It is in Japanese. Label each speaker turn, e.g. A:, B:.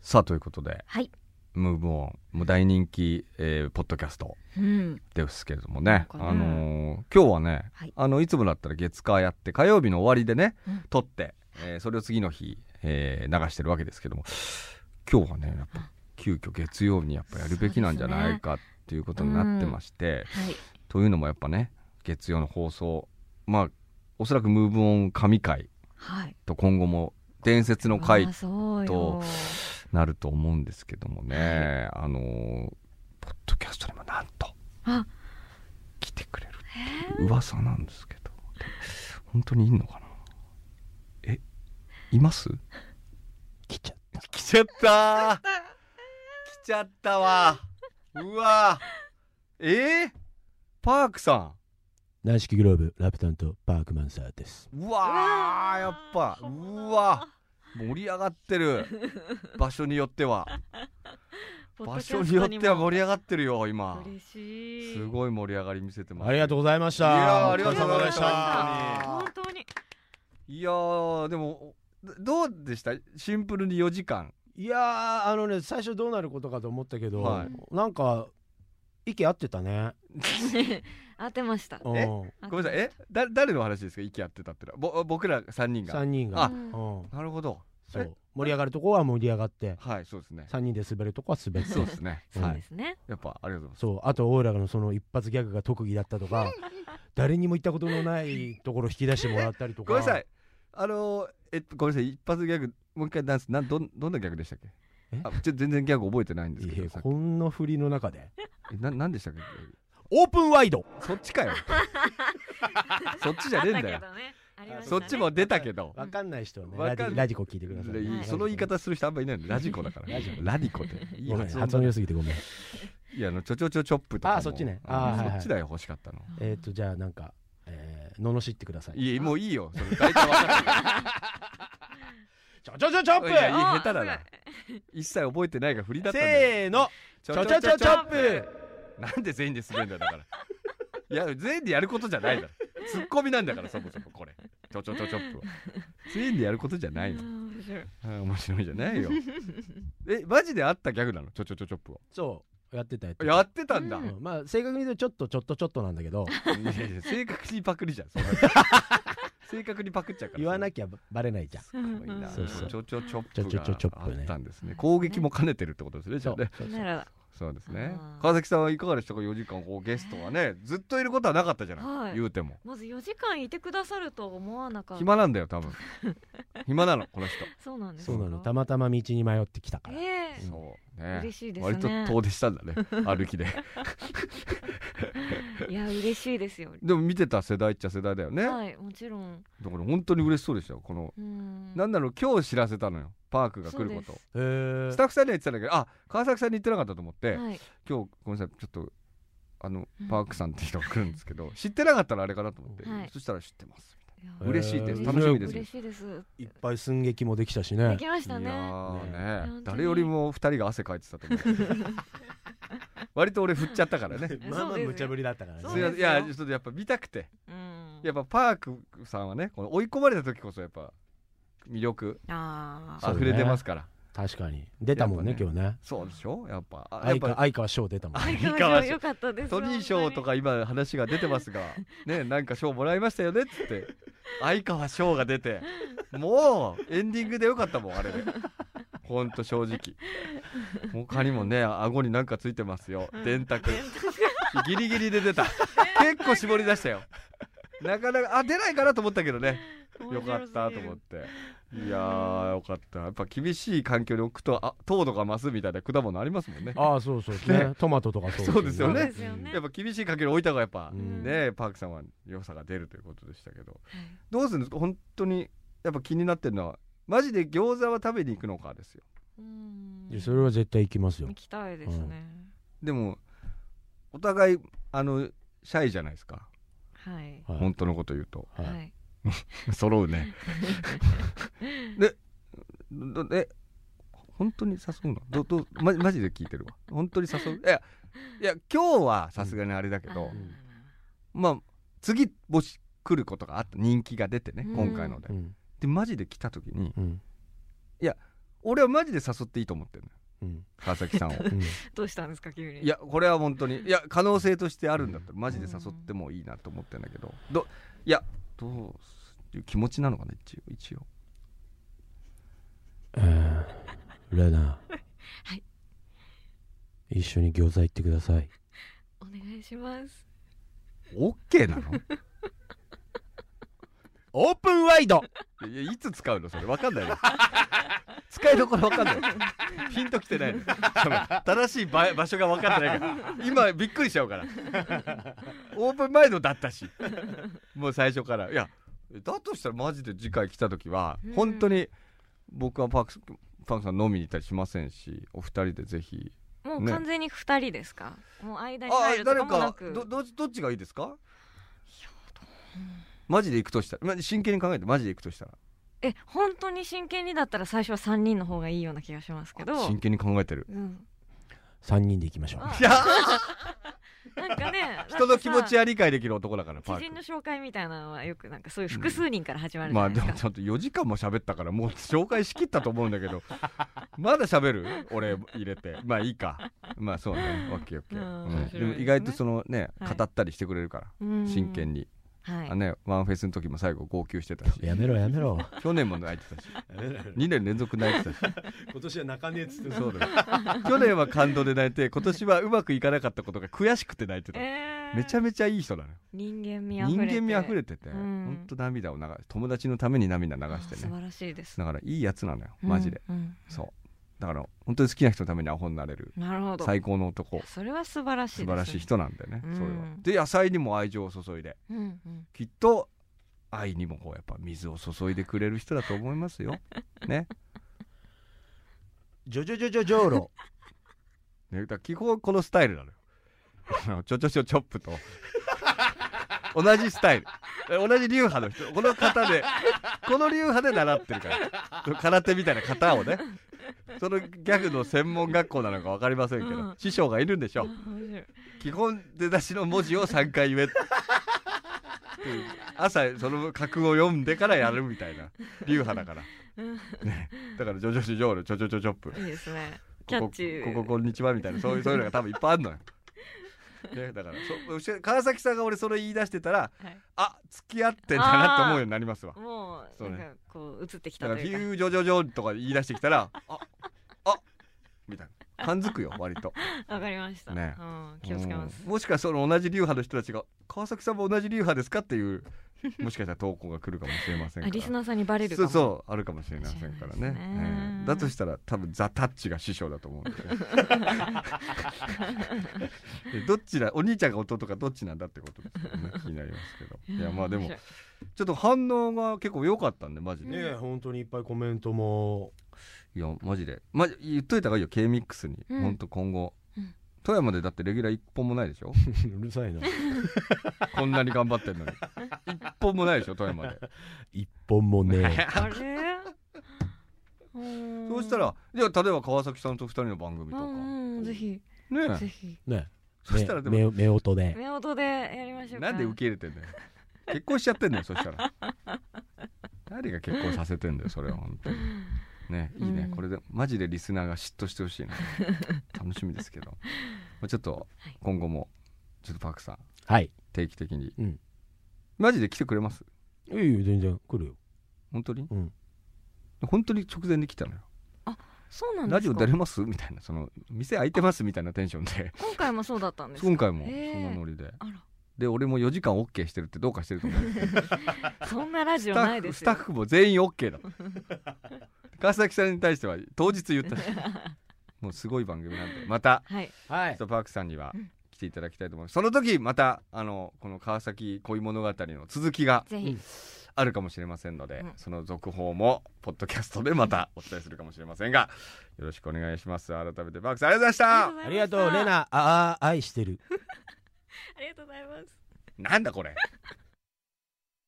A: さあということで
B: はい。
A: 「ムーブオン」もう大人気、えーポッドキャスト
B: うん。
A: ですけれどもね、
B: そうかな
A: あのー今日はね、
B: はい
A: い、あのいつもだったら月火やって火曜日の終わりでね、
B: うん
A: 撮って、えーそれを次の日、えー流してるわけですけども今日はねやっぱ急遽月曜日にやっぱやるべきなんじゃないかっていうことになってまして、
B: はい。
A: というのもやっぱね月曜の放送まあおそらくムーブオン神回
B: はい。
A: と今後も伝説の回
B: まあそう
A: と
B: よ。
A: なると思うんですけどもね、あのーポッドキャストにもなんと
B: あ、
A: 来てくれる
B: え
A: 噂なんですけど本当にいんのかなえいます来ちゃった来ちゃった 来ちゃったわうわえー、パークさ
C: 軟式グローブラプタンとパークマンサーです
A: んうわーやっぱうわ盛り上がってる場所によって は
B: ー
A: 場所によっては盛り上がってるよ今
B: 嬉しい。
A: すごい盛り上がり見せてます
C: ありがとうございました
A: いやー
C: お
A: あ
C: 疲
A: り
C: れ
A: がとうございました
C: 様
B: 本
C: でし
B: 当に。
A: いやーでもどうでしたシンプルに4時間
C: いやーあのね最初どうなることかと思ったけど、
A: はい
C: なんか息合ってたね
B: 当てました。
C: うん
A: えごめんなさいえだ誰の話ですか息合ってたってのはぼ僕ら3人が
C: 3人
A: あ
C: が、
B: うん
C: うん
A: なるほど
C: そ
A: え
C: う盛り上がるとこは盛り上がって
A: はいそうですね
C: 3人で滑るとこは滑って
A: そうですね
C: うん
B: そう
A: は
B: で
A: い
B: すね。
A: やっぱありがとうござい
C: そうあとオーラのその一発ギャグが特技だったとか誰にも行ったことのないところ引き出してもらったりと
A: ます
C: か
A: ごめんなさいあのーえっとごめんなさい一発ギャグもう一回ダンスなんどんどんなギャグでしたっけ
C: え
A: あちょ全然ギャグ覚えてないんです
C: い
A: け
C: や
A: どさっき
C: こんな振りの中で
A: えななんでしたっけ
C: オープンワイド
A: そっち かよそっちじゃねえんだよ
B: あったけどね。ありました
A: そ
B: ね
A: っちも出たけど
C: わかんない人はね
A: わ
C: ラ
A: かん
C: ジラジコ聞いてくださいね、
B: はい
A: その言い方する人あんまいないのラジコだから
C: ラジコ
A: ラジコっていい
C: ごめん
A: 発音だ
C: 発音良すぎてごめん
A: いやあのちょちょちょチョップとかも
C: あそっちね
A: うん
C: あーはいはい
A: そっちだよ欲しかったの
C: えっ、とじゃあなんか、えー、罵ってください
A: いやもういいよそれ大体わかる
C: ちょちょちょチョ
A: いやい
C: ッ
A: や
B: あ
A: 下手だな
B: す
A: 一切覚えてないが振りだっ
C: プ
A: たんだよ
C: せーの
A: ち
C: ちょちょちょチョップ
A: なんで全員で滑るんだよだからいや全員でやることじゃないだろツッコミなんだからそもそもこれちょちょちょチョップは全員でやることじゃ
B: ご
A: ないい
B: あ
A: の
B: ー面白い
A: あー面白いじゃないよえマジであったギャグなのちょちょちょチョップは
C: そうやってたやってた
A: やってたんだ、
B: う
A: い
B: ん
C: うんまあ正確に言うとちょっとちょっとちょっとなんだけど
A: やいや正確にパクリじゃん そんなの正確にパクっちゃうから
C: 言わな
A: き
C: きゃバレないじゃん
A: すごいな
C: そうそう
A: ちょちょチョ
C: ちょちょちょチ
A: ッ
C: ョ
A: プ
C: ッ
A: があ
C: プね
A: ったんですね攻撃も兼ねてるってことですねじゃあね
C: そうそう
B: なる
A: そうですね
B: あ。ー
A: 川崎さんはいかがでしたか、4時間こうゲストはね、ずっといることはなかったじゃない、
B: はい
A: 言うても。
B: ほどまず4時間いてくださるとは思わなかった
A: 暇なんだよ、多分。暇なの、この 人。
B: そうなんですか
C: そうなのたまたま道に迷ってきたから、
B: ええ
A: そうね。
B: 嬉しいです
A: 割と
B: ね
A: 遠出したんだ ね、歩きで。
B: いや嬉しいですよ
A: でも見てた世代っちゃ世代だよね。
B: はいもちろん
A: だから本当に嬉しそうでしたよ、この。
B: うん
A: なんだろう、今日知らせたのよ、パークが来るこ
B: そう
A: と
B: で。
C: へー
A: スタッフさんには言ってたんだけど、あ、川崎さんに言ってなかったと思って、
B: はい
A: 今日ごめんなさい、ちょっと。あの
B: うん
A: パークさんって人が来るんですけ ど、知ってなかったらあれかなと思って、
B: はい
A: そしたら知ってますみたい
B: いや
A: な嬉しいで
C: え
A: す
C: ー
A: 楽しみです
B: 嬉しいです
C: いっぱい寸劇もできたしね
B: できましたね
A: いやーね
B: ね
A: 誰よりも二人が汗かいてたと思 う割と俺振っちゃったからねすい
C: まあまあ無茶ぶりだったから
B: そ
A: ま
B: う
A: せ
B: です
A: ん
B: よ
A: いやちょっとやっぱ見たくて
B: うん
A: やっぱパークさんはねこの追い込まれた時こそやっぱ魅力
B: あ
C: そう
B: あ
C: ね
A: 溢れてますから
C: 確かに出たもんね
A: やっぱね
C: 今日ね
A: そう,、でしょやっぱあやっ
C: 相川
A: ぱ
C: 相川翔出たもんね
A: 川
B: 相川
A: 翔
B: 翔良かったです
A: トニー賞と
B: か
A: か今話が出てますがねなんか賞もらいましたよねっつって相川賞が出てもうエンディングでよかったもんあれでほんと正直他にもね顎になんかついてますよ電卓ギリギリで出た結構絞り出したよなかなかあ出ないかなと思ったけどね よかったと思っていやーよかったやっぱ厳しい環境に置くとあ糖度が増すみたいな果物ありますもんね
C: ああそうそうですね
A: ね
C: トマトとか
A: そうですよね
B: そうですよね
A: やっぱ厳しい環境に置いた方がやっぱ、
C: うん
A: ねパークさんは良さが出るということでしたけどどうするんですか本当にやっぱ気になってるのはマジで餃子は食べに行くのかですよ
B: うん
C: いやそれは絶対行きますよ
B: 行きたいですね
A: でもお互いあのシャイじゃないですか
B: はい
C: はい
A: 本当のこと言うと
C: はい
B: はい
A: 揃うねでどえ本当に誘うのどどマジマジで聞いてるわ本当に誘ういやいや今日はさすがにあれだけど、
B: あー
A: まあ次もし来ることがあった人気が出てね、
B: うん
A: 今回ので
C: うん
A: でマジで来た時に
C: うん
A: 美俺はマジで誘っていいと思ってるのよ
C: うん
A: 川崎さんを
C: うん
B: どうしたんですか急に
A: いやこれは本当にいや可能性としてあるんだったらマジで誘ってもいいなと思ってるんだけどどいやどういう気持ちなのかな一応一応
C: えーレナ
B: はい
C: 一緒に餃子行ってください
B: お願いします
A: オッケーなの
C: オープンワイド
A: いやいつ使うのそれわかんないよ使いどころわかんないピンときてないのその正しい場場所が分かってないから今びっくりしちゃうからオープン前のだったしもう最初からいやだとしたらマジで次回来た時は
B: うん
A: 本当に僕はパークスパンクさん飲みに行ったりしませんしお二人でぜひ
B: もう
A: ね
B: 完全に二人ですか、もう間に
A: あ
B: 入ると
A: 誰
B: かもな
A: か
B: く
A: どどっちどっちがいいですかマジで行くとしたらま真剣に考えてマジで行くとしたら
B: え本当に真剣にだったら最初は三人の方がいいような気がしますけど
A: 真剣に考えてる
B: うん、
C: 3人で行きましょう
B: あ
A: いや
B: なんかね
A: 人の気持ち
B: や
A: は理解できる男だからパ
B: 知
A: ーク
B: 人の紹介みたいなのはよくなんかそういう複数人から始まるじ
A: ま
B: ゃ
A: あ
B: ない
A: で
B: ですか、
A: もちょっと4時間も喋ったからもう紹介しきったと思うんだけ どまだ喋る俺入れてまあいいかまあそうねオッケーオッケー、
B: うん面白いです
A: で
B: ね
A: も意外とそのね
B: はい
A: 語ったりしてくれるから、
B: うん
A: 真剣に、
B: はい
A: あねワンフェスの時も最後号泣してたし
C: やめろやめ ろ
A: 去年も泣いてたし2年連続泣いてたし
C: 今年は泣かねえっつって
A: そうだよ去年は感動で泣いて今年はうまくいかなかったことが悔しくて泣いてた、
B: えー
A: めちゃめちゃいい人だね
B: 人間味あふ
A: 人
B: れて
A: 間味あふ
B: れ
A: れてて、
B: うん
A: ほんと涙を流す友達のために涙流して
B: 素
A: ね
B: 晴らしいです
A: だからいいやつなのよマジで、、
B: うんうん
A: そうだから本当に好きな人のためにアホになれる
B: なるほど
A: 最高の男
B: それは素晴らしい
A: 素
B: です
A: 晴らしい人なんだよね、
B: うん
A: それはで野菜にも愛情を注いで
B: うんうん
A: きっと愛にもこうやっぱ水を注いでくれる人だと思います よね
C: ジョジョジョジョジョーロ
A: ねだから基本このスタイルなのよあのちょちょちょチョッ プと同じスタイル同じ流派の人この方でこの流派で習ってるから空手みたいな型をねそのギャグの専門学校なのか分かりませんけど、
B: うん
A: 師匠がいるんでしょ
B: 面白い
A: 基本出だしの文字を3回言えっていう朝その格を読んでからやるみたいな流派だから、ね、だから「ジョジョジョジョールちょちょちょチョップ」
B: いいですねキャ
A: こ
B: ッ
A: こ
B: チー
A: こここんにちはみたいなそういうそういうのが多分いっぱいあるのよ。 ね、だからそう後ろ川崎さんが俺それ言い出してたら
B: はい
A: あ付き合ってんだなって思うようになりますわ
B: もう
A: そう
B: な
A: ね
B: んかこう映ってき
A: だ
B: た
A: か
B: と
A: ら「フ
B: い
A: ュ
B: うか
A: ージョジョジョ」とか言い出してきたら「ああみたいな感づくよ割と
B: わかりました、
A: ね
B: うん、気をつけます
A: うんもしかしたら同じ流派の人たちが川崎さんも同じ流派ですかっていうもしかしたら投稿が来るかもしれません
B: あ
A: から
B: リスナーさんにバレるか
A: そう
B: も
A: そうあるかもしれませんからね
B: かもしれないですね
A: ええだとしたら多分ザ・タッチが師匠だと思うんです よでどっちだお兄ちゃんが弟かどっちなんだってことですよね気になりますけどいやまあでも
B: 面白い
A: ちょっと反応が結構良かったんでマジで、
C: ねえ本当にいっぱいコメントも
A: いやマジで、ま、言っといた方がいいよ K ミックスに、
B: うん
A: ほんと今後、
B: うん
A: 富山でだってレギュラー一本もないでしょ
C: うるさいな
A: こんなに頑張ってんのに一本もないでしょ富山で
C: 一本もね
B: あれ
A: そうしたらじゃあ例えば川崎さんと二人の番組と
B: う
A: か、
B: んうんうんぜひ
A: ね
B: ぜひ
C: えね
A: そしたらでも
C: 目目音で
B: 目音でやりましょうか
A: なんで受け入れてんだよ結婚しちゃってんだよそしたら誰が結婚させてんだよそれは本当にねいいね、
B: うん
A: これでマジでリスナーが嫉妬してほしいな楽しみです けどまあちょっと
B: はい
A: 今後もちょっとパクさん
C: はい
A: 定期的に、
C: うん
A: マジで来てくれます
C: いいよ全然来るよ
A: 本当に
C: うん
A: 本当に直前に来たのよ
B: そうなんですか
A: ラジオ出れますみたいなその店開いてますみたいなテンションで
B: 今回もそうだったんですか
A: 今回もそ
B: へえ
A: のノリで、
B: あら
A: で俺も4時間 OK してるってどうかしてると思う
B: そんなラジ
A: ス
B: オ
A: タ
B: な
A: ッ
B: いで
A: フス
B: す
A: タッ
B: よ
A: フも全員 OK だ 川崎さんに対しては当日言った しもうすごい番組なんでまた
B: はい
C: は
A: ちょっとパークさんには
B: うん
A: 来ていただきたいと思いますその時またあのこの川崎恋物語の続きが
B: ぜ
C: う
B: ひ
C: ん
A: あるかもしれませんので、
B: うん
A: その続報もポッドキャストでまたお伝えするかもしれませんがよろしくお願いします改めてパークさんありがとうございました
C: ありがとうレ
B: あ
C: ナああ愛してる
B: りがとうございます
A: なんだこれ